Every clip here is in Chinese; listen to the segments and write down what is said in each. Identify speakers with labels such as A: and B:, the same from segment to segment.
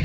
A: 听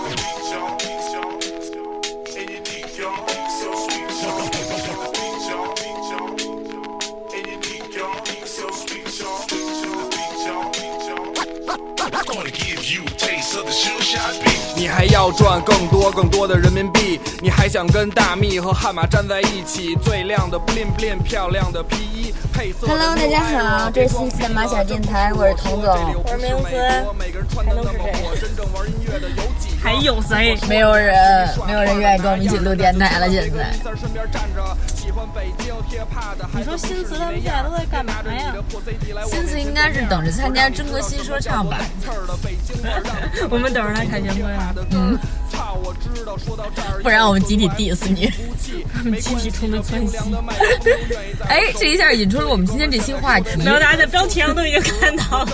B: 你还要赚更多更多的人民币，你还想跟大蜜和悍马站在一起，最亮的 bling bling，漂亮的披衣，配色的
C: Hello，大家好这是新一期的马小电台我是童总
B: 我
C: 我
B: 是明子，每个人穿的那么火，真正玩音乐的有几个？
D: 还有谁？
C: 没有人，呃没有人愿意跟我们一起录电台了。现在
B: 在身边站着，喜欢北京贴怕的。
D: 你说新词他们现在都在干嘛呀？
C: 新词应该是等着参加中国新说唱 吧。
D: 我们等着来看节目呀。
B: 嗯，操！我知道，说到这儿，
C: 不然我们集体 diss 你。
B: 他
D: 们集体冲着窜稀
C: 哎，这一下引出了我们今天这期话题
D: 然。后大家在标题上都已经看到了，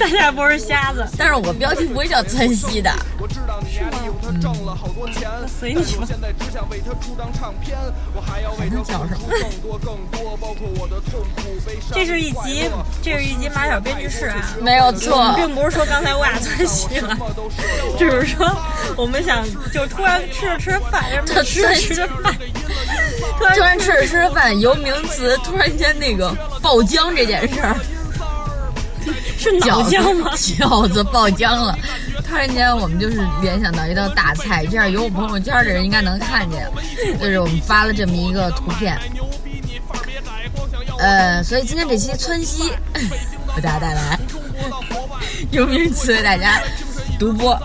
D: 大家不是瞎 子，
C: 但是我标题不会叫窜稀的，
B: 我知道你呀，利用他挣了好多钱，
D: 随
B: 但
D: 你
B: 我
D: 吧
B: 现在只想为他出张唱片，我还要为他付出更多更多，包括我的痛苦、悲伤。
D: 这是一集，这是一集马小编剧室啊，
C: 没有错。
D: 并不是说刚才我俩窜稀了， 只是说我们想就突然吃着吃着饭，什么吃着吃着饭，
C: 突然吃着吃着饭，由名词突然间那个爆浆这件事儿，
D: 是脑
C: 饺子
D: 浆吗？
C: 饺子爆浆了。突然间，我们就是联想到一道大菜，这样有我朋友圈的人应该能看见。啊就是我们发了这么一个图片，呃，所以今天这期川西为大家带来有名词为大家独播。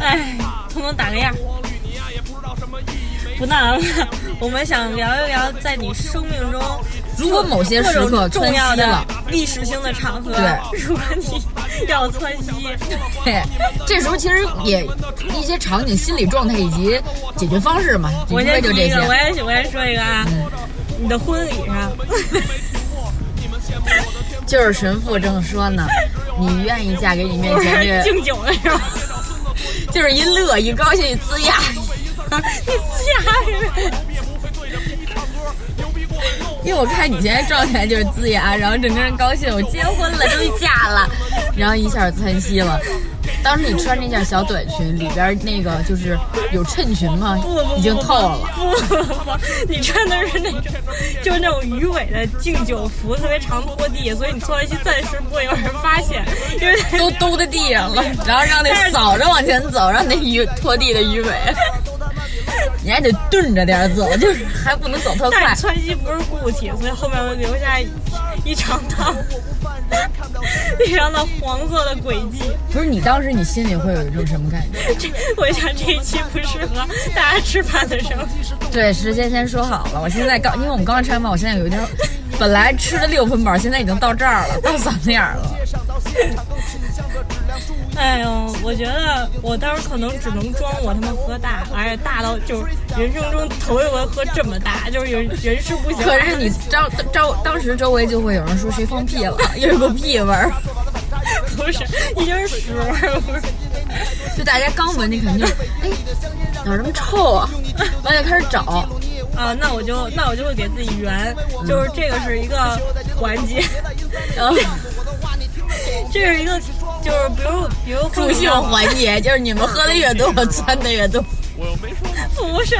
D: 哎，彤彤打个样。不闹了，我们想聊一聊，在你生命中
C: 如果某些时
D: 各
C: 刻
D: 种重
C: 川
D: 要
C: 西
D: 的
C: 了，
D: 历史性的场合，
C: 对
D: 如果你要窜稀，
C: 嘿，这时候其实也一些场景、心理状态以及解决方式嘛，无
D: 我
C: 非
D: 先
C: 就
D: 提
C: 这
D: 一
C: 些嗯
D: 个，。我也我也说一个啊，你的婚礼啊上，
C: 就是神父正说呢，你愿意嫁给你面
D: 不
C: 前
D: 是
C: 这，
D: 敬酒的时候，
C: 就是一乐一高兴一呲牙。
D: 你家人
C: 因为我看你现在状态就是呲牙，然后整个人高兴，我结婚了，终于嫁了，然后一下窜稀了。当时你穿那件小短裙，里边那个就是有衬裙吗
D: 不不不，？
C: 已经透了。
D: 不不不不，你穿的是那种，就是那种鱼尾的敬酒服，特别长拖地，所以你窜稀暂时不会有人发现，因为它
C: 都兜在地上了，然后让那扫着往前走，让那鱼拖地的鱼尾，你还得顿着点儿走，就是还不能走特
D: 但
C: 快
D: 是。川西不是固体，所以后面会留下一一长道，一长道黄色的轨迹。
C: 不是你当时你心里会有一种什么感觉？
D: 这我想这一期不适合大家吃饭的时候。
C: 对，时间先说好了，我现在刚，因为我们刚刚吃完饭，我现在有一点儿，本来吃了六分饱，现在已经到这儿了，到嗓子眼儿了。
D: 哎呦，我觉得我当时可能只能装我他妈喝大，而且大到就是人生中头一回喝这么大，就是人人事不行。
C: 可是你招招当时周围就会有人说谁放屁了，有一股屁味儿，
D: 不是一根屎味儿，不是
C: 就大家刚闻见肯定就，哎，哪儿这么臭啊？完就开始找，
D: 啊？那我就那我就会给自己圆，就是这个是一个环节，
C: 然后。
D: 这是一个就是比如比如
C: 助兴环节，就是你们喝的越多，我窜的越多。
D: 不是，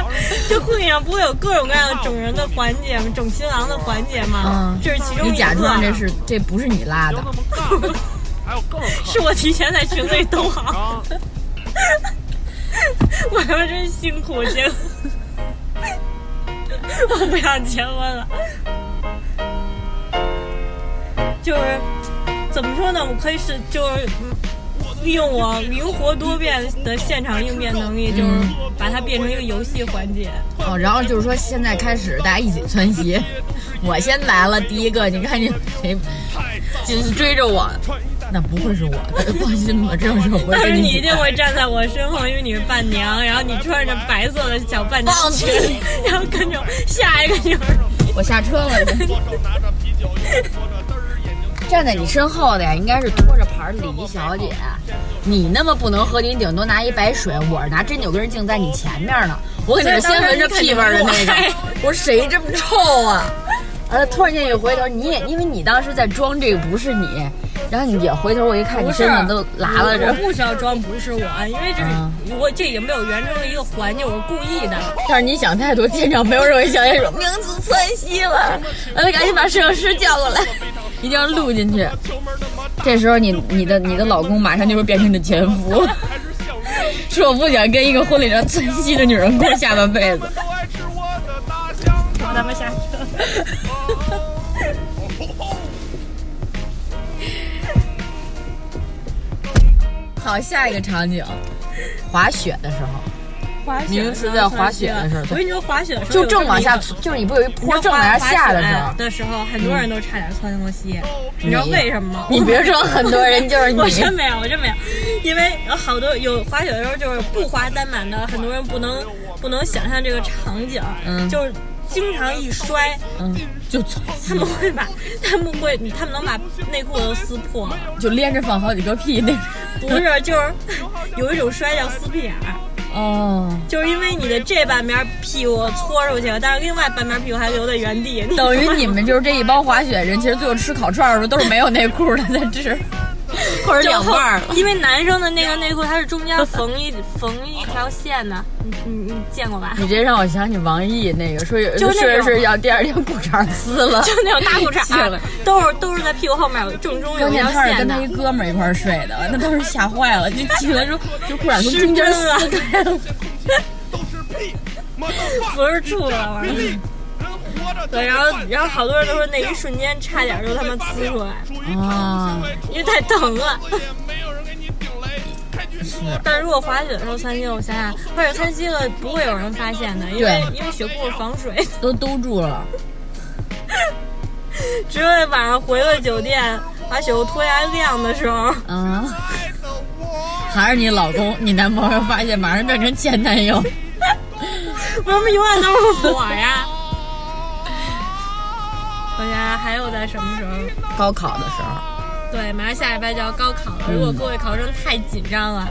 D: 这婚礼上不会有各种各样的整人的环节吗？整新郎的环节吗？这是其中一个。
C: 你嗯假装这是这不是你拉的，
D: 是我提前在群里逗好。 我他妈真辛苦结婚， 我不想结婚了。就是怎么说呢？我可以是就是利用我灵活多变的现场应变能力，就是把它变成一个游戏环节。
C: 哦，然后就是说现在开始大家一起窜稀，我先来了第一个，你看见谁紧追着我，那不会是我的，放心吧，这种事我不会
D: 但是
C: 跟
D: 你
C: 一
D: 一
C: 起
D: 定
C: 干。
D: 会站在我身后，因为你是伴娘，然后你穿着白色的小伴娘裙
C: 放屁，
D: 然后跟着下一个就是你。
C: 我下车了。 站在你身后的呀，应该是拖着盘儿的礼仪小姐。你那么不能喝，你顶多拿一白水，我是拿针灸根茎在你前面呢，我肯定是先闻着屁味儿的那个。我说谁这么臭啊？ 呃，突然间一回头，你也因为你当时在装这个不是你，然后你也回头，我一看你
D: 不是
C: 身上都拉了啊
D: 我
C: 着。
D: 不需要装不是我，因为这是我这也没有原装的一个环境，我是故意的。
C: 但是你想太多，现场没有任何小姐说名字窜稀了， 然后赶紧把摄影师叫过 来，一定要录进去。这时候你你的你的老公马上就会变成你的前夫， 说我不想跟一个婚礼上窜稀的女人过下半辈子。
D: 好，咱们下车。
C: 好，下一个场景，滑雪的时候，
D: 滑
C: 你
D: 雪
C: 们是在滑雪的时候
D: 我跟你说，滑雪的时候
C: 就正往下，
D: 有这么一个
C: 就是你不有一坡
D: 你知
C: 正
D: 道
C: 往
D: 滑
C: 下下的时
D: 滑
C: 候嗯
D: 雪，的时候，很多人都差点窜过溪，你知道为什么吗？
C: 你别说很多人就是你
D: 我真没有，我真没有，因为有好多有滑雪的时候，就是不滑单板的，很多人不能不能想象这个场景，
C: 嗯
D: 就是经常一摔，
C: 嗯，就窜
D: 他们会把他们会他们能把内裤都撕破了，
C: 就连着放好几个屁那种。
D: 不是就是有一种摔叫撕屁眼儿。
C: 哦，
D: 就是因为你的这半边屁股搓出去了，但是另外半边屁股还留在原 地。
C: 等于你们就是这一帮滑雪人，其实最后吃烤串儿的时候都是没有内裤的在吃，或者
D: 就
C: 两
D: 后
C: 半儿。
D: 因为男生的那个内裤它是中间缝一缝一条线的，你你你见过 吧？
C: 你这让我想起王毅那个说有
D: 就那种
C: 睡着睡觉，第二天裤衩撕了，
D: 就那种大裤 衩， 都是都是在屁股后面正中有
C: 关
D: 一
C: 键
D: 条
C: 他是
D: 线
C: 跟他
D: 的
C: 一。哥们儿一块儿睡的，那当时吓坏了，就起来之后就裤衩从中间撕开 了。
D: 不是住了，玩儿 对，然后然后好多人都说那一瞬间差点就他妈呲出 来，
C: 啊，
D: 因为太疼了。但如果滑雪的时候窜稀，我想想，或者窜稀了不会有人发现的，因为
C: 对
D: 因为雪裤防水，
C: 都兜住了。
D: 只有晚上回了酒店，把雪裤脱下来晾的时候，
C: 啊，还是你老公，你男朋友发现马上变成前男友。
D: 为什么永远都是我呀？ 我想想还有在什么时候？
C: 高考的时候，
D: 对，马上下礼拜就要高考了。如果各位考生太紧张了，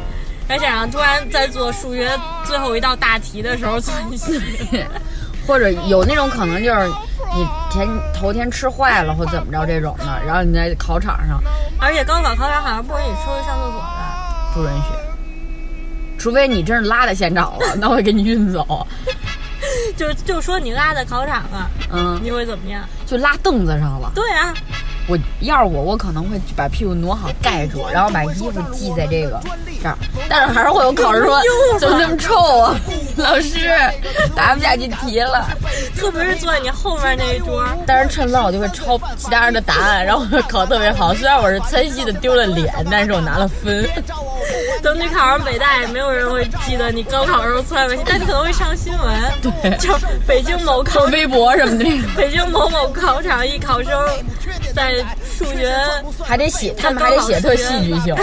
D: 而且啊，突然在做数学最后一道大题的时候窜稀，
C: 或者有那种可能就是你前头天吃坏了或怎么着这种的，然后你在考场上
D: 而且高考考场好像不允许出去上厕所的。
C: 不允许，除非你真是拉在现场了，那会给你运走。
D: 就就说你拉在考场了，
C: 嗯，
D: 你会怎么样？
C: 就拉凳子上了。
D: 对啊，
C: 我要是我，我可能会把屁股挪好盖住，然后把衣服系在这个这儿，但是还是会有考生说怎么那么臭啊，老师答不下去题了。
D: 特别是坐在你后面那一桌，
C: 但是趁乱我就会抄其他人的答案，然后我考特别好。虽然我是参戏的丢了脸，但是我拿了分。
D: 等你考上北大，也没有人会记得你高考时候窜过稀， 但你可能会上新闻。
C: 对
D: 就北京某考
C: 或者微博什么的，
D: 北京某某考场一考生在数学
C: 还得写，他们还得写特戏剧 性。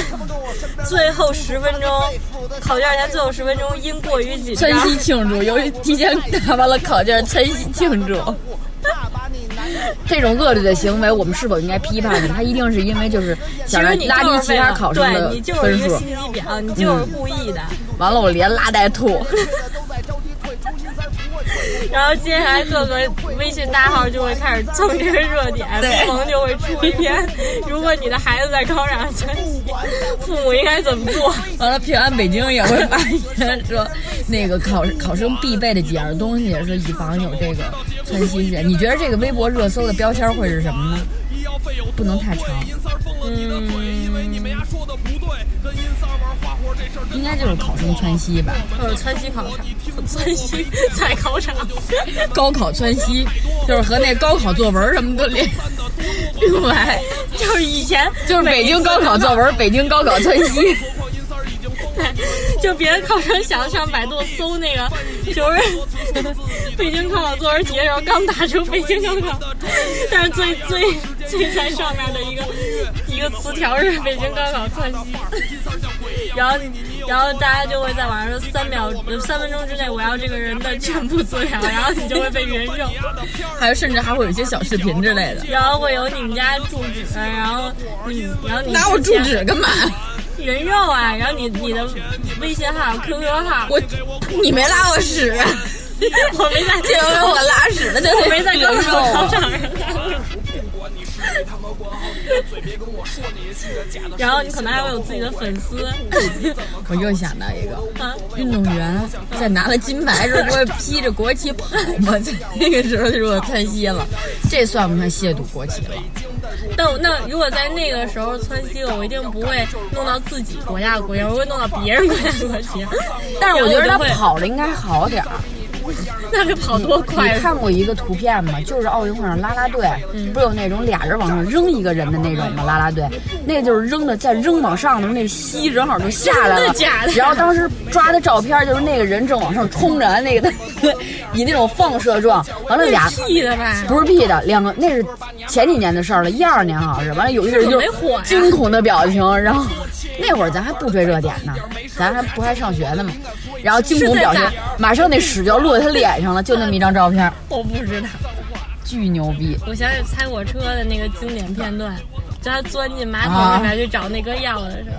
D: 最后十分钟，考卷前最后十分钟因过于紧张
C: 参，戏庆祝，由于提前答完了考卷，参戏庆祝。 这种恶劣的行为，我们是否应该批判呢？他一定是因为就是
D: 其
C: 想
D: 实
C: 让
D: 你
C: 拉
D: 就
C: 低
D: 是
C: 其
D: 为
C: 他
D: 了
C: 考生
D: 对
C: 的
D: 你就是
C: 分
D: 一个
C: 数
D: 心。机婊，你就是故意的。
C: 完了，我连拉带吐。
D: 然后接下来各个微信大号就会开始蹭这个热点，不萌就会出一篇，如果你的孩子在考场上参戏，父母应该怎么做？
C: 完了，平安北京也会发言说，那个考考生必备的几样东西，说以防有这个窜稀事。你觉得这个微博热搜的标签会是什么呢？不能太长，应该就是考生窜稀吧，
D: 或者窜呃稀考场，窜稀在考场，
C: 高考窜稀，就是和那高考作文什么的连。另外，
D: 就是以前
C: 就是北京高考作文，北京高考窜稀。
D: 对， 就别的考生想上百度搜那个，就是北京高考作文集，然后刚打出北京高考，但是最最最在上面的一个一个词条是北京高考窜稀，然后然后大家就会在网上说三秒三分钟之内我要这个人的全部资料，然后你就会被人肉。
C: 还有甚至还会有一些小视频之类的。
D: 然后会有你们家住址，然后你，然后你
C: 拿我住址干嘛？
D: 人肉啊，然后你你的微信号、QQ 号，
C: 我 你没拉我屎，啊
D: 我没在，
C: 这回我拉屎了，就
D: 我没在高
C: 人
D: 考考
C: 肉。
D: 场上。然后你可能还会有自己的粉丝， 嗯
C: 我又想到一个，
D: 啊，
C: 运动员在拿了金牌之后，不会披着国旗跑吗？在那个时候就说窜稀了，这算不算亵渎国旗了？
D: 但我那如果在那个时候窜稀了，我一定不会弄到自己国家的国旗，我会弄到别人国家的国旗。
C: 但是我觉得
D: 然
C: 他
D: 后我就会
C: 跑的应该好点儿。
D: 那得跑多快
C: 你？看过一个图片吗？就是奥运会上啦啦队，
D: 嗯
C: 不是有那种俩人往上扔一个人的那种吗？啦啦队，那个就是扔的，再扔往上的时候，那吸正好就下来了。
D: 真的假的
C: 然后当时抓的照片就是那个人正往上冲着，那个 以那种放射状，完了俩
D: 那屁的吧？
C: 不是 P 的，两个那是前几年的事儿了，一二年好像是。完了有一阵儿就
D: 没火呀
C: 惊恐的表情，然后那会儿咱还不追热点呢，咱还不还上学呢嘛。然后惊恐表情
D: 是在，
C: 马上那屎就要落他脸上了，就那么一张照片，
D: 我不知道。
C: 巨牛逼。
D: 我想起猜火车的那个经典片段，就他钻进马桶
C: 啊
D: 里面去找那颗药的时候。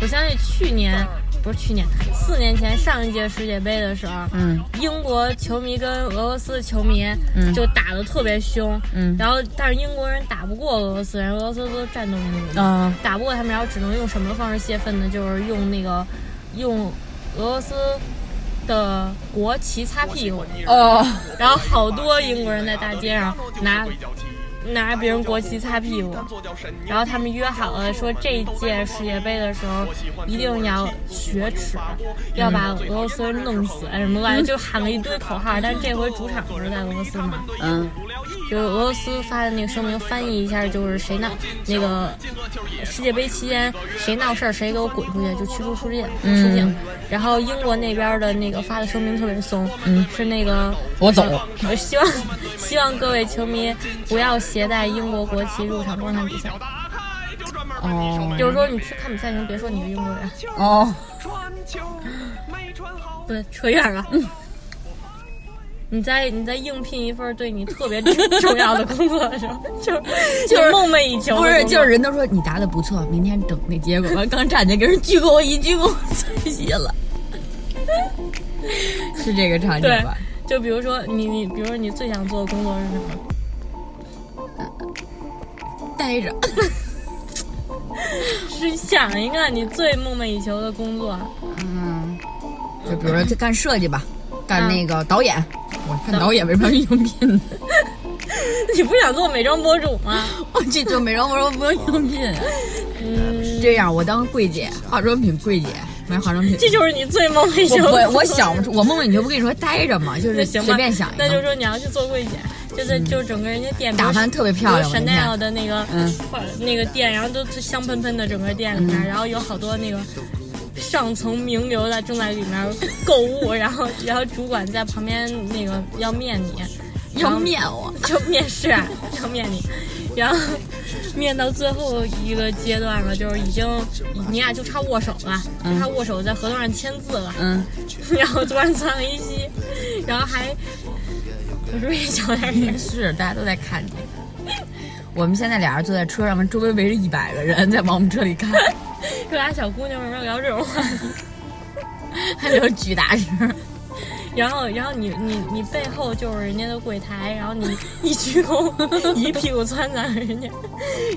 D: 我想起去年，不是去年，四年前上一届世界杯的时候，
C: 嗯，
D: 英国球迷跟俄罗斯球迷就打得特别凶，
C: 嗯
D: 然后但是英国人打不过俄罗斯人，俄罗斯都战斗民族
C: 嗯
D: 嘛，打不过他们，然后只能用什么方式泄愤呢？就是用那个用俄罗斯的国旗擦屁股。
C: 哦，
D: 然后好多英国人在大街上拿拿别人国旗擦屁股，然后他们约好了说这一届世界杯的时候一定要雪耻，要把俄罗斯人弄死哎什么玩意儿，就喊了一堆口号。但是这回主场不是在俄罗斯嘛，
C: 嗯，
D: 就是俄罗斯发的那个声明，翻译一下就是谁闹那个世界杯期间谁闹事儿谁给我滚出去，就驱逐出境出境。然后英国那边的那个发的声明特别松，是那个
C: 我走
D: 呃我 希望希望各位球迷不要携带英国国旗入场观看比赛，
C: 哦
D: 就是说你去看比赛前别说你是英国人。啊
C: 哦，
D: 对，扯 远了。嗯你在你在应聘一份对你特别重要的工作的时候， 就是
C: 就是
D: 梦寐以求的
C: 不是，
D: 工作
C: 就是人都说你答的不错，明天等那结果吧。刚站起来跟人鞠躬一鞠躬， 窜稀了，是这个场景
D: 对
C: 吧？，
D: 就比如说你你，比如说你最想做的工作是什么？
C: 待着。
D: 是想一个你最梦寐以求的工作，啊
C: 嗯，就比如说干设计吧，干那个导演。我看嗯导演为什么要应聘呢？
D: 你不想做美妆博主吗？
C: 我 这就美容，我说不用应聘。
D: 嗯，
C: 这样，我当柜姐，化妆品柜姐，卖化妆品。
D: 这就是你最梦寐以
C: 我
D: 求的工
C: 我
D: 作
C: 我想不出，我梦寐以求不跟你说待着嘛，就是
D: 那行
C: 嗯
D: 吧，
C: 随便想一
D: 那就
C: 个。嗯
D: 说你要去做柜姐，就在就整个人家店
C: 打扮特别漂亮我跟你讲
D: Chanel 的那个
C: 嗯
D: 款那个店，然后都香喷喷的整个店里面，然后有好多那个。上层名流在正在里面购物，然后然后主管在旁边那个要面你，
C: 要面我，
D: 就面试啊，要面你，然后面到最后一个阶段了，就是已经你俩就差握手了，就差握手在合同上签字了，
C: 嗯，
D: 然后突然窜了一息，然后还我是不是小点脸？
C: 是大家都在看你。我们现在俩人坐在车上，周围围着一百个人在往我们车里 看，
D: 这俩小姑娘为什么要聊这种话题？
C: 还有巨大声。
D: 然后，然后你你你背后就是人家的柜台，然后你一鞠躬，一屁股窜到人家，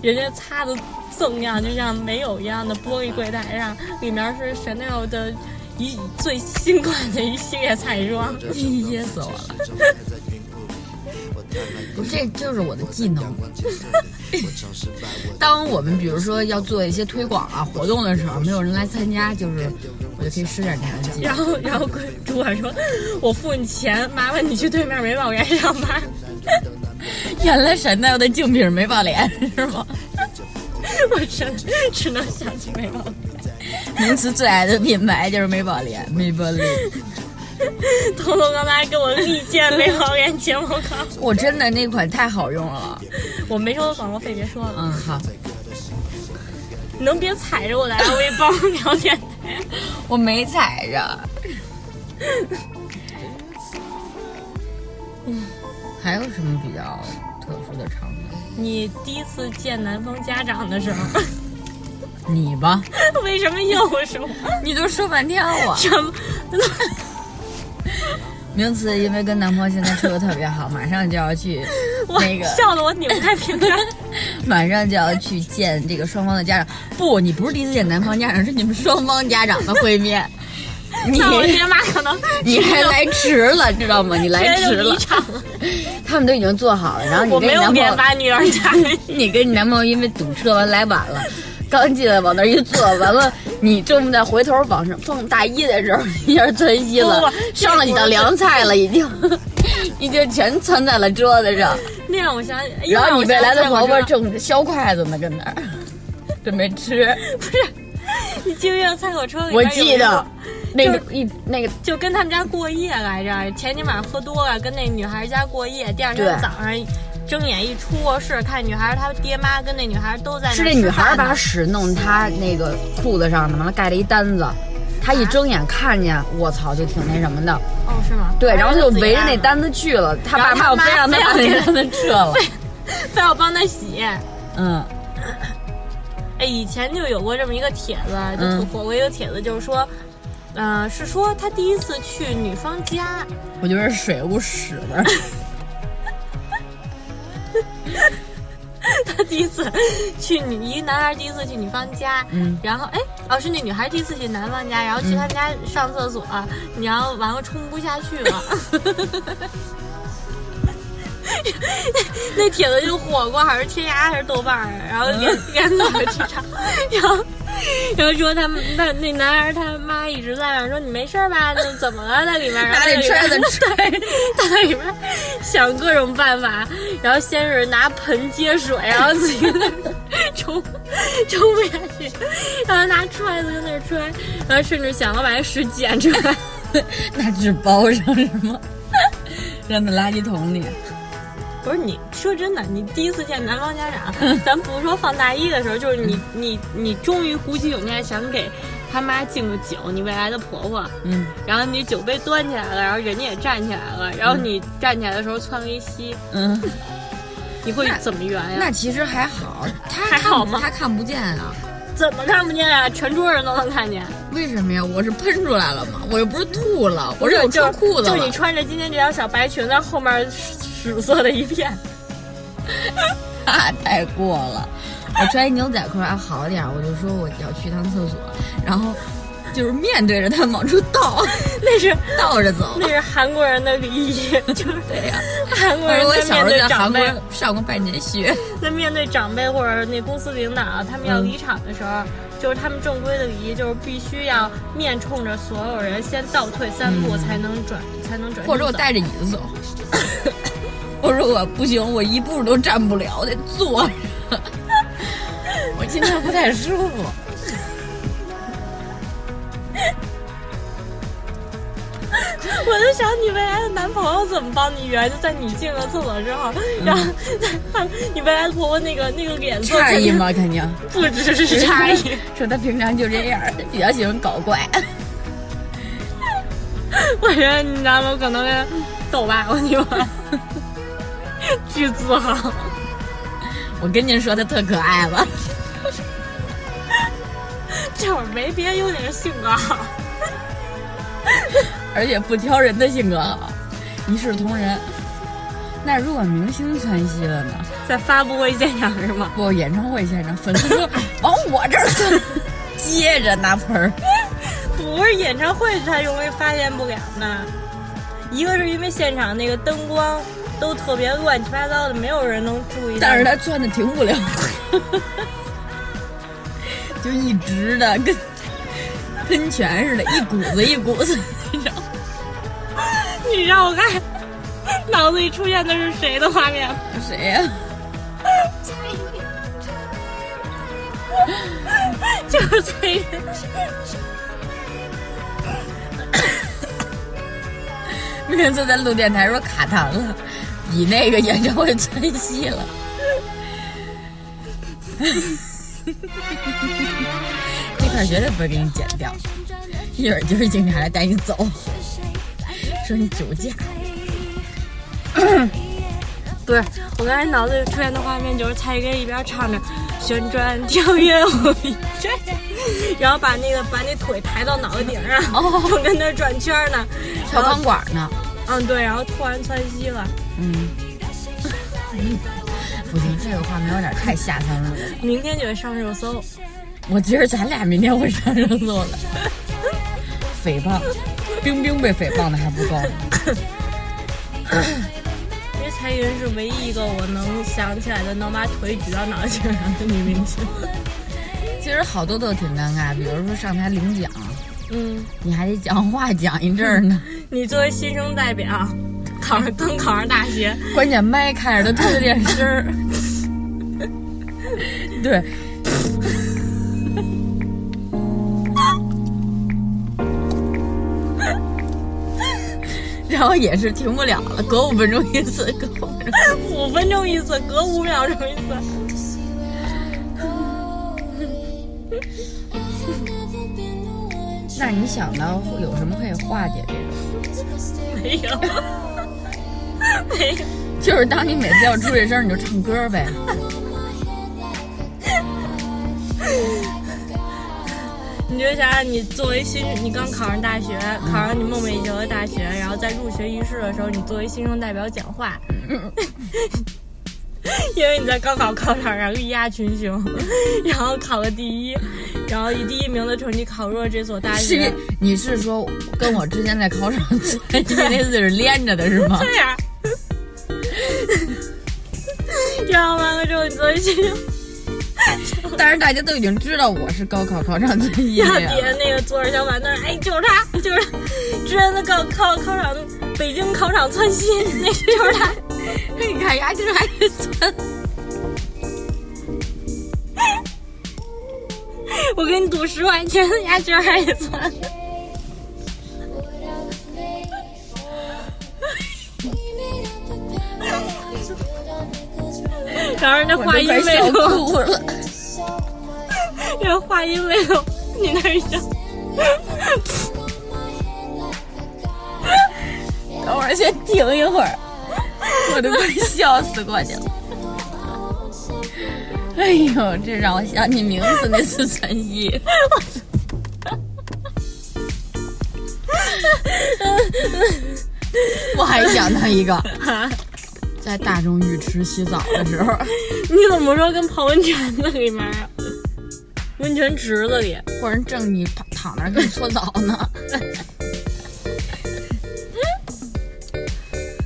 D: 人家擦的锃亮，就像没有一样的玻璃柜台上，里面是 Chanel 的一最新款的一系列彩妆。
C: 噎死我了！ 不是，这就是我的技能。 当我们比如说要做一些推广啊活动的时候，没有人来参加，就是我就可以施展这样的技能。
D: 然后，然后柜主管说：“我付你钱，麻烦你去对面美宝园上班。”
C: 原来闪奈的竞品没爆脸是吗？
D: 我真的只能想起 美宝莲，
C: 名词最爱的品牌就是美宝莲，美宝莲。嗯
D: 彤彤刚才给我力荐美宝莲睫毛膏，
C: 我真的那款太好用了。
D: 我没收到广告费，别说了，
C: 嗯，好，
D: 你能别踩着我来安慰帮聊天台？
C: 我没踩着。嗯， 还有什么比较特殊的场景？
D: 你第一次见男方家长的时候，
C: 你吧，
D: 为什么又是我？
C: 你都说半天了。
D: 什么？
C: 名词因为跟男朋友现在处的特别好，马上就要去
D: 我
C: 那个，
D: 笑得我拧不开瓶盖。
C: 马上就要去见这个双方的家长。不，你不是第一次见男方家长，是你们双方家长的会 面。 你
D: 那我爹妈可能
C: 你还来迟了，知道 吗？你来
D: 直接
C: 迟
D: 就离
C: 了，
D: 场了。
C: 他们都已经做好了，然后
D: 我
C: 你
D: 没
C: 跟你
D: 有
C: 男朋
D: 给
C: 友，
D: 把女儿嫁给你。
C: 你跟你男朋友因为堵车完来晚了， 刚进来往那儿一坐，完了你正在回头往上放大衣的时候，一下窜稀
D: 不
C: 了
D: 不，这
C: 上了几道凉菜了，已经， 已经全窜在了桌子上。
D: 那让我想起，哎
C: 然后你未来的婆婆
D: 让我想起
C: 正削筷子呢，跟那儿准备吃。
D: 我知道你记不记得菜口车里边
C: 我
D: 有一
C: 记
D: 个
C: 得那个一那个
D: 就跟他们家过夜来着，前天晚上喝多了，跟那女孩家过夜，第二天
C: 对
D: 早上睁眼一出卧室，看女孩她爹妈跟那女孩都在那
C: 是那女孩
D: 吃饭呢
C: 把屎弄她那个裤子上的，完了盖了一单子。她一睁眼看见，我操，就挺那什么的。
D: 哦是吗？
C: 对，然后就围着那
D: 单，
C: 单子去了。她
D: 然
C: 爸
D: 后
C: 妈
D: 她
C: 我
D: 妈
C: 非让她 把那单子撤了。
D: 非要帮她洗。
C: 嗯
D: 哎，以前就有过这么一个帖子，就
C: 嗯
D: 挺火过一个帖子，就是说，嗯、是说她第一次去女方家，
C: 我觉得是水屋屎 味儿。
D: 她第一次去女一个男孩第一次去女方家，
C: 嗯
D: 然后哎，哦是那女孩第一次去男方家，然后去他们家上厕所，
C: 嗯
D: 然后完了冲不下去了。那帖子就火过，好像是天涯还是豆瓣儿，然后
C: 嗯
D: 连连载了几场，然后然后说他们那那男孩他妈一直在那儿说你没事儿吧？那怎么了？在里面，然后
C: 拿
D: 在
C: 那
D: 里
C: 揣
D: 面
C: 子揣 着。
D: 他在里面想各种办法，然后先是拿盆接水，然后自己在那儿冲冲不下去，然后拿揣子在那儿揣，然后甚至想要把那屎捡出 来。
C: 拿纸包上是吗？扔到垃圾桶里。
D: 不是你说真的，你第一次见男方家长， 咱不是说放大一的时候，就是你
C: 嗯
D: 你你终于鼓起勇气想给他妈敬个酒，你未来的婆婆，
C: 嗯
D: 然后你酒杯端起来了，然后人家也站起来了，然后你站起来的时候窜了一稀，
C: 嗯，
D: 你会怎么圆呀、
C: 那其实还好，他
D: 还
C: 看
D: 好吗
C: 他看不见啊。
D: 怎么看不见啊？全桌人都能看见。
C: 为什么呀？我是喷出来了吗？我又不是吐了，我是有
D: 就
C: 穿裤子
D: 就
C: 了
D: 你。穿着今天这条小白裙子，后面 屎色的一片。
C: 啊，太过了。我穿一牛仔裤还好点儿，我就说我要去趟厕所，然后就是面对着他往出倒，
D: 那是
C: 倒着走
D: 那。是韩国人的礼仪， 就是
C: 对呀、
D: 韩国
C: 我
D: 人
C: 说我
D: 在
C: 小时
D: 面对
C: 候在
D: 长
C: 韩国
D: 辈，
C: 上过半年学，
D: 在面对长辈或者那公司领导，他们要
C: 嗯
D: 离场的时候，就是他们正规的礼仪，就是必须要面冲着所有人，先倒退三步才能转，才能转身走。
C: 嗯或者我带着椅子走。我说我不行，我一步都站不了，我得坐着。 我今天不太舒服。
D: 我就想你未来的男朋友怎么帮你圆？就在你进了厕所之后，
C: 嗯
D: 然后在他你未来的婆婆那个那个脸色
C: 诧异
D: 真的
C: 吗？肯定
D: 不只是诧异，
C: 说他平常就这样，他比较喜欢搞怪。
D: 我觉得你男朋友可能会逗吧我你们，巨自豪。
C: 我跟您说，他特可爱吧？
D: 这会儿没别的优点，是性格好。
C: 而且不挑人的性格好，一视同仁。那如果明星窜稀了呢？
D: 在发布会现场是吗？
C: 不，演唱会现场粉丝 说往我这儿窜，接着拿盆儿。
D: 不是演唱会才容易发现不了呢，一个是因为现场那个灯光都特别乱七八糟的，没有人能注意到。
C: 但是他窜的停不了， 就一直的跟喷泉似的，一股子一股子。
D: 你让我看， 脑子里出现的是谁的画面？
C: 谁呀、
D: 就是 这个。
C: 那天坐在录电台说卡痰了，比那个演唱会窜稀了。这块绝对不会给你剪掉，一会儿就是警察来带你走，说你酒驾。
D: 不是，我刚才脑子里出现的画面就是蔡根一边唱着旋转跳跃我比这，然后把那个 把那腿抬到脑袋顶上，
C: 哦
D: 正跟那儿转圈儿呢。
C: 跳钢管呢？
D: 嗯，对，然后突然窜稀了。
C: 嗯，不行，这个画面有点太下三路了。
D: 明天就会上热搜，
C: 我觉得咱俩明天会上热搜了。诽谤，冰冰被诽谤的还不够，
D: 因为蔡云是唯一一个我能想起来的能把腿举到脑袋顶上的女明星。
C: 其实好多都挺尴尬，比如说上台领奖，
D: 嗯，
C: 你还得讲话讲一阵儿呢，
D: 你作为新生代表， 考上刚考上大学，
C: 关键麦开着都特点声儿。 对， 然后也是停不了了，隔五分钟一次，隔五分钟。
D: 五分钟一次，隔五秒钟一次。
C: 那你想到会有什么可以化解这种？
D: 没有， 没有，
C: 就是当你每次要出这声儿，你就唱歌 呗。
D: 你就想想，你作为新，你刚考上大学，考上你梦寐以求的大学，然后在入学仪式的时候，你作为新生代表讲话， 因为你在高考考场上力压群雄，然后考个第一，然后以第一名的成绩考入了这所大
C: 是
D: 学，，
C: 你是说跟我之前在考场 那次是连着的是吗？
D: 对呀、然后完了之后，你作为新生
C: 但是大家都已经知道我是高考考场 第一
D: 然后
C: 了
D: 底
C: 呀。
D: 下那个左耳小板凳，哎，就是他，就是他之前的高考考场，北京考场窜稀，那就是他。
C: 你看牙竟然还得钻，
D: 我给你赌十块钱，牙居然还得窜。然后人家
C: 我
D: 话
C: 都
D: 音
C: 快
D: 没
C: 笑
D: 有，
C: 哭了。
D: 人 家话音没有，你那儿笑。
C: 等会儿先停一会 儿，我都快笑死过去了。哎呦，这让我想起名字那次窜稀。 我还想到一 个，在大众浴池洗澡的 时候，
D: 你怎么说跟泡温泉的里面啊？温泉池子里，
C: 或者正你躺躺那儿给你搓澡 呢，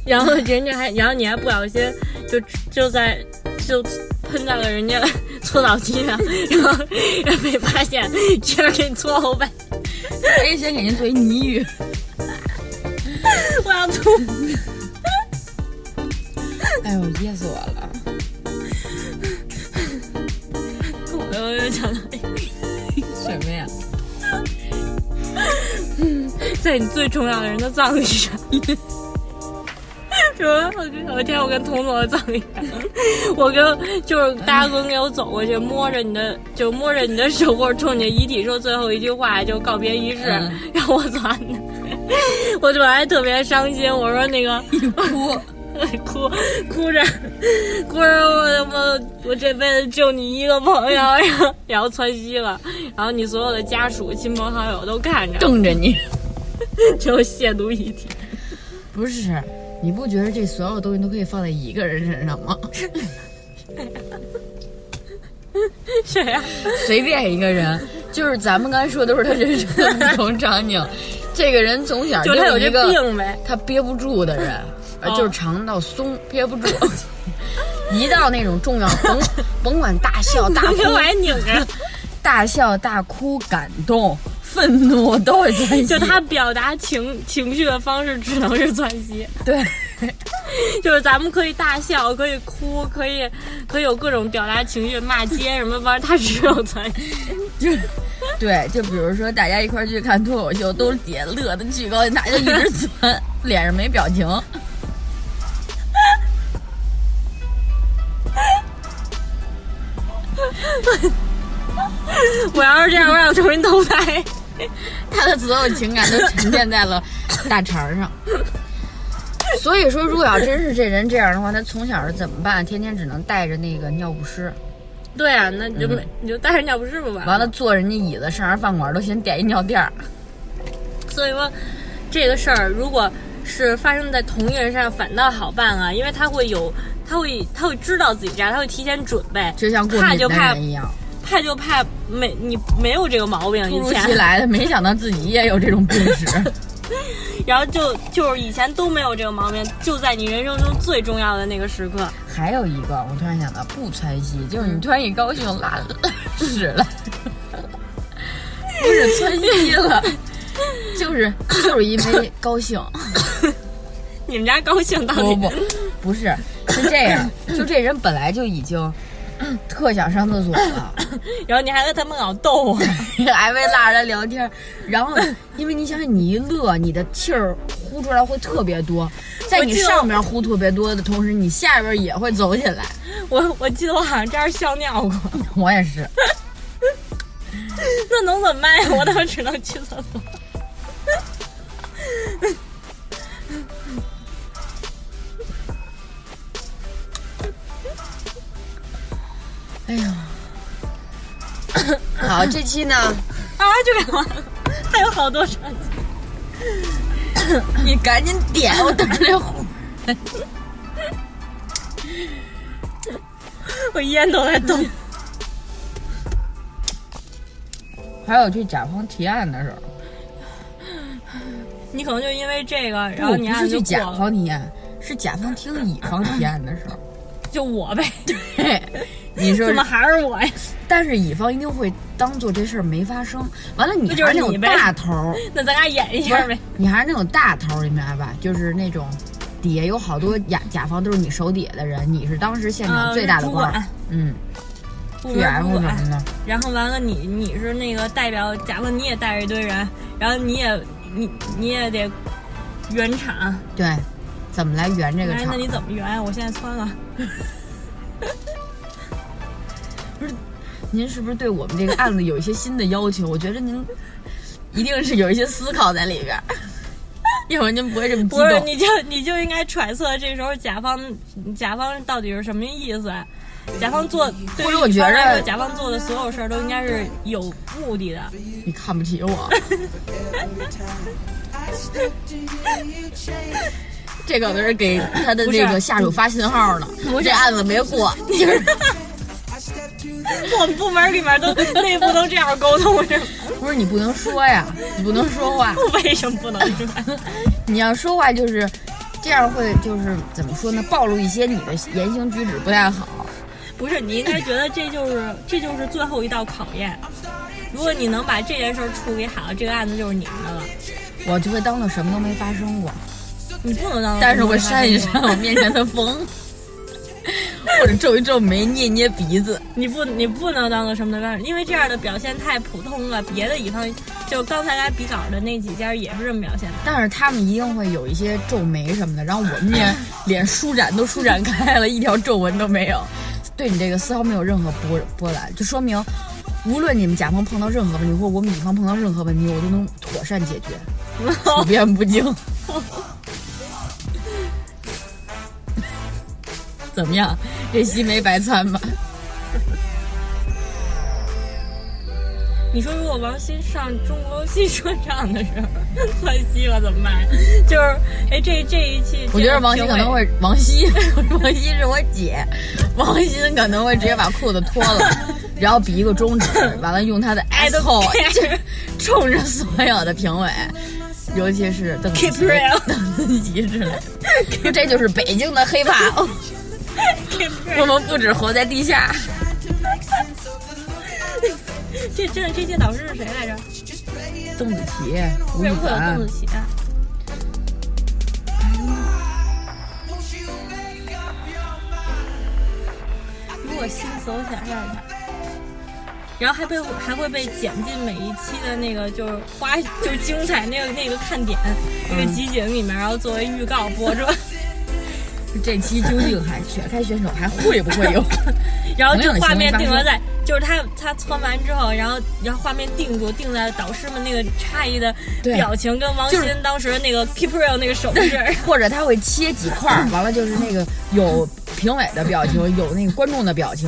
D: 然后人家还，然后你还不小心就就在就喷在了人家 搓澡机上，然后然后被发现，这样给你搓后背，
C: 我也先给您做一泥浴。
D: 我要吐。
C: 哎呦，噎死我了！
D: 我又想到一个，
C: 什么呀？
D: 在你最重要的人的葬礼上。什么？我跟我天！我跟童总的葬礼上，我跟就是大家轮流走过去，摸着你的，就摸着你的手或者冲你的遗体说最后一句话，就告别仪式
C: 嗯。
D: 然后我走完的， 我本来特别伤心，我说那个
C: 哭。
D: 哭 哭着哭着我我我这辈子就你一个朋友，然后然后窜稀了，然后你所有的家属、亲朋好友都看着，
C: 瞪着你。
D: 只有亵渎遗体。
C: 不是，你不觉得这所有东西都可以放在一个人身上吗？
D: 谁呀、
C: 随便一个人，就是咱们刚才说的都是他人生的不同场 景。这个人从小
D: 就他
C: 有
D: 有
C: 一
D: 这
C: 个
D: 病呗。
C: 他憋不住的人，呃，
D: 哦
C: 就是肠道松憋 不住。一到那种重要，甭甭管大笑大
D: 大
C: 哭
D: 哥，我还拧着，
C: 大笑大哭、感动、愤怒都会在一起。
D: 就他表达情情绪的方式只能是窜稀。
C: 对，
D: 就是咱们可以大笑，可以哭，可以可以有各种表达情绪，骂街什么玩意儿，他只有咱。
C: 就对，就比如说大家一块儿去看脱口秀，都是姐乐的巨高兴，大家一直钻，脸上没表情。
D: 我要是这样，我想重新投 胎。
C: 他的所有情感都沉淀在了大肠上。所以说，如果要真是这人这样的话，他从小是怎么办？天天只能带着那个尿不湿，
D: 对啊，那你就没你就带着尿不湿吧完
C: 嗯完了坐人家椅子上人饭馆都嫌点一尿垫儿。
D: 所以说，这个事儿如果是发生在同一人身上，反倒好办啊，因为他会有，他会他会知道自己这样，他会提前准备，
C: 就像过
D: 怕
C: 敏
D: 就
C: 的
D: 怕
C: 人一样，
D: 怕就怕没你没有这个毛病
C: 突
D: 以
C: 如其
D: 前，
C: 来的，没想到自己也有这种病史。
D: 然后就就是以前都没有这个毛病，就在你人生中最重要的那个时刻，
C: 还有一个，我突然想到，不窜稀，就是你突然一高兴拉拉屎 了，不是窜稀了，就是就是因为高兴。
D: 你们家高兴到底
C: 不 不，不是，是这样，就这人本来就已经特想上厕所了，
D: 然后你还跟他们老逗我，
C: 还会拉着聊天儿，然后因为你想想，你一乐，你的气儿呼出来会特别多，在
D: 我
C: 你
D: 就
C: 上面呼特别多的同时，你下边也会走起来。
D: 我我记得我好像这样笑尿过，
C: 我也是，
D: 那能怎么办呀？ 我倒只能去厕所。
C: 哎呀，好，这期呢，
D: 啊，就给完了， 还有好多事儿。
C: 你赶紧点，我等着那呼。
D: 我烟都在 动。
C: 还有去甲方提案的时候，
D: 你可能就因为这个，然后
C: 我
D: 你
C: 不
D: 俩
C: 是
D: 就
C: 去
D: 过
C: 甲
D: 了，
C: 方提案，是甲方听乙方提案的时 候。
D: 就我呗。
C: 嘿，你说
D: 怎么还是我呀？
C: 但是乙方一定会当做这事儿没发生。完了，你
D: 那
C: 还
D: 就
C: 那
D: 是你
C: 种
D: 呗
C: 大头 儿，
D: 那咱俩演一
C: 不
D: 下
C: 是
D: 呗。
C: 你还是那种大头儿，你明白吧？就是那种底下有好多甲甲方都是你手底下的人，你是当时现场
D: 嗯
C: 最大的
D: 主
C: 官儿
D: 管，
C: 嗯，
D: 部
C: 去
D: 门
C: M
D: 主
C: 什么
D: 管，
C: 的，
D: 然后完了你你是那个代表，假如你也带着一堆人，然后你也你你也得圆场，
C: 对，怎么来圆这个
D: 哎，
C: 场啊
D: 那？你怎么圆呀？我现在窜了，
C: 您是不是对我们这个案子有一些新的要求？我觉得您一定是有一些思考在里边儿，要不然您不会这么激
D: 不是
C: 动。
D: 你就你就应该揣测这时候甲方甲方到底是什么意思啊？甲方做，对于
C: 或者我
D: 乙
C: 觉
D: 方来
C: 着
D: 说甲方做的所有事儿都应该是有目的 的。
C: 你看不起 我，这可能是给他的那
D: 不
C: 个
D: 是
C: 下属发信号呢。这案子没过，就是
D: 我们部门里面都内部都这样沟通是吗？
C: 不是你不能说呀，你不能说话，
D: 为什么不能说？
C: 你要说话就是这样会就是怎么说呢？暴露一些你的言行举止不太好。
D: 不是，你应该觉得这就是这就是最后一道考验。如果你能把这件事儿处理好，这个案子就是你们的了。
C: 我就会当做什么都没发生过，
D: 你不能当，
C: 但是我扇一扇我面前的 风，或者皱一皱眉，捏一捏鼻子。
D: 你不你不能当做什么都干，因为这样的表现太普通了。别的乙方就刚才来比稿的那几家也是这么表现的。
C: 但是他们一定会有一些皱眉什么的，然后我面脸舒展都舒展开了，一条皱纹都没有，对你这个丝毫没有任何波波澜，就说明，无论你们甲方碰到任何问题，或者我们乙方碰到任何问题，我都能妥善解决，处变不惊。怎么样？这期没白参吧？
D: 你说如果王鑫上中国新说唱的时 候窜稀了怎么办？就是哎，这这一期
C: 我觉
D: 这
C: 得
D: 个
C: 王鑫
D: 评
C: 可
D: 委
C: 能会，王鑫， 王鑫是我姐，王鑫可能会直接把裤子脱了，然后比一个中指，完了用他 的
D: I don't
C: asshole
D: care
C: 就冲着所有的评委，尤其是邓紫
D: Keep
C: 棋
D: real
C: 邓紫棋之类的，这就是北京的黑怕，我们不止活在地下，
D: 这真的这届导师是谁来着？
C: 邓紫棋、吴亦
D: 为什么会有
C: 凡
D: 嗯邓紫棋啊？次我想要一下。然后还被还会被剪进每一期的那个就是花就是精彩那个那个看点那个集锦里面，然后作为预告播 出，
C: 这期究竟还选开选手还会不会有？
D: 然后
C: 同
D: 就
C: 样的
D: 画
C: 行为
D: 面
C: 发
D: 定格
C: 生
D: 在就是他他窜完之后，然后然后画面定住定在导师们那个诧异的
C: 对
D: 表情跟王
C: 就
D: 鑫
C: 是
D: 当时那个 keep real 那个手势，
C: 或者他会切几块儿，完了就是那个有评委的表情，有那个观众的表情，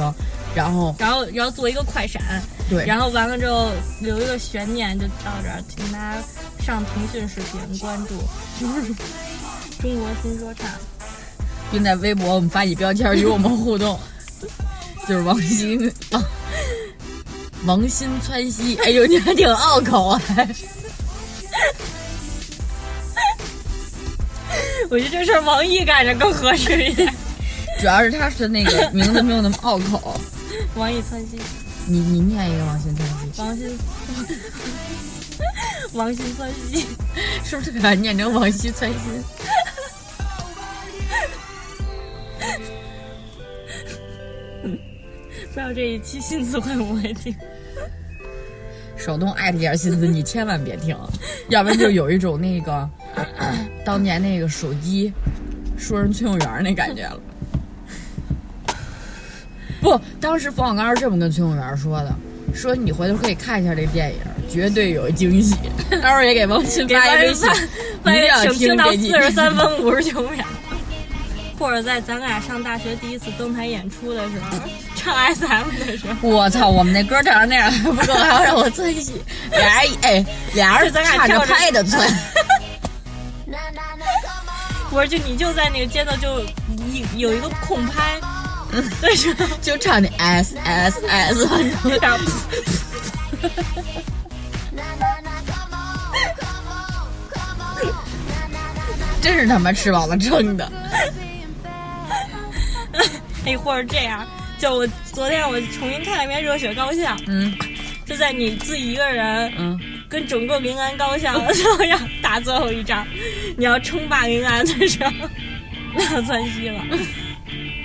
C: 然后
D: 然后然后做一个快闪，
C: 对，
D: 然
C: 后
D: 后完了之后留一个悬念，就到这儿，请大家上腾讯视频关 注。中国新说唱，
C: 并在微博我们发起标签与我们互 动，就是王鑫啊，王鑫川西，哎呦，你还挺拗口 啊，
D: 我觉得这事儿王毅干着更合适一 点。
C: 主要是他是那个名字没有那么拗口，
D: 王毅窜心，
C: 你你念一个王鑫川西，
D: 王鑫， 王鑫窜心，
C: 是 不是把它啊念成王鑫川西？
D: 不知道这一期新词汇不会听。
C: 手动艾特一下心思，你千万别 听，要不然就有一种那个 当年那个手机说人崔永元那感觉 了。不，当时冯小刚是这么跟崔永元说的，说你回头可以看一下这电影，绝对有惊 喜。到时候也给王鑫
D: 给
C: 发一微信，
D: 万一请
C: 一定
D: 听
C: 要
D: 到
C: 听这
D: 四
C: 集
D: 十三分五十九秒，或者在咱俩上大学第一次登台演出的时候，唱 SM 的时候。
C: 我操！我们那歌唱成那样还不够，还要让我窜喜，俩人哎，俩 人
D: 咱俩
C: 唱着
D: 跳着
C: 拍的窜。
D: 不是，就你就在那个街道就一有一个空拍，对是吧？
C: 就唱那 S S S，
D: 然后
C: 真是他妈吃饱了撑的。
D: 哎，或者这样，就我昨天我重新看了一遍《热血高校》，
C: 嗯
D: 就在你自己一个人
C: 嗯，
D: 跟整个临安高校都要打最后一仗，你要称霸临安的时候，那窜稀了。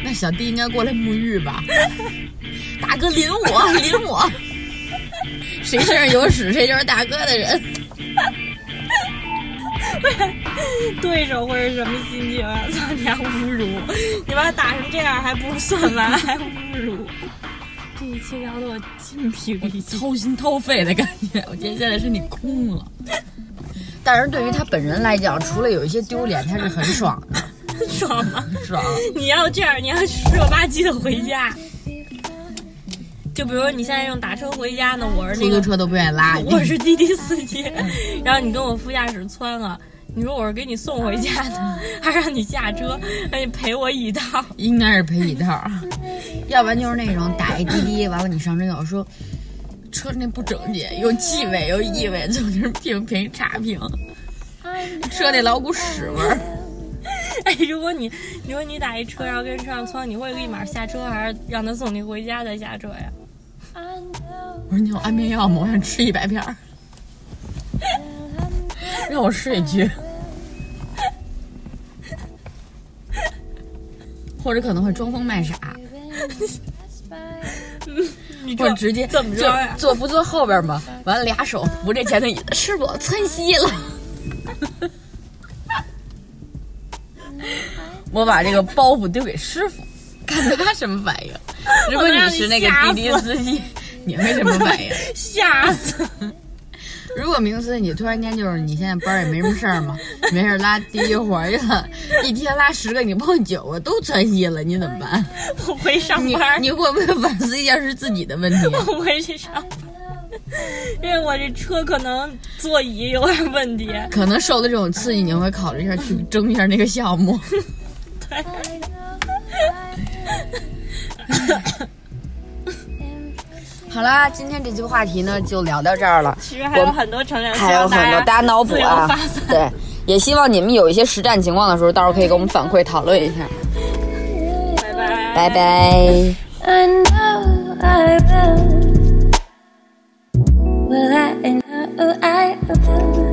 C: 那小弟应该过来沐浴吧？大哥淋我，淋我，谁身上有屎，谁就是大哥的人。
D: 对手会是什么心情啊？ 操你还侮辱，你把他打成这样还不算完， 还侮辱。这一期聊的我筋疲力尽。
C: 掏心掏肺的感觉，我今天现在身体空了。但是对于他本人来讲，除了有一些丢脸，他是很爽的，
D: 爽吗？
C: 爽。
D: 你要这样，你要热吧唧的回家。就比如说你现在用打车回家呢，我
C: 出
D: 是那
C: 租
D: 个
C: 车都不愿意拉你。
D: 我是滴滴司机，然后你跟我副驾驶窜了，你说我是给你送回家的，还让你下车，让你赔我一套，
C: 应该是赔一套，要不然就是那种打一滴滴，完了你上车有说车那不整洁，又气味又异味，总之评评差评，哎车那老股屎味儿。
D: 哎， 如果你如果你打一车，然后跟车上窜，你会立马下车，还是让他送你回家再下车呀？
C: 我说你有安眠药吗？我想吃一百片儿， 让我睡去。或者可能会装疯卖傻，
D: 你
C: 或
D: 这
C: 者直接
D: 怎么着
C: 坐
D: 呀？
C: 坐不坐后边吗？完了俩手扶着前头椅子，是我窜稀了。我把这个包袱丢给师傅，看他什么 反应。如果你是那个滴滴司机，你会什么反应？
D: 吓死！
C: 如果明思你突然间就是你现在班儿也没什么事儿 嘛，没事儿拉第一活儿去了，一天拉十个，你碰九个都窜稀了，你怎么办？
D: 我回上
C: 你
D: 班，
C: 你会不会反思一下是自己的问题？啊
D: 我回去上班，因为我这车可能座椅有点问题。
C: 可能受的这种刺激，你会考虑一下去争一下那个项目。好啦，今天这期话题呢就聊到这儿了，
D: 其实还有很多成员，
C: 还有很多大家脑补
D: 自由
C: 啊
D: 发散，
C: 对，也希望你们有一些实战情况的时候，到时候可以给我们反馈讨论一下，
D: 拜拜。
C: 拜拜。
E: I know I will. Will I know I will?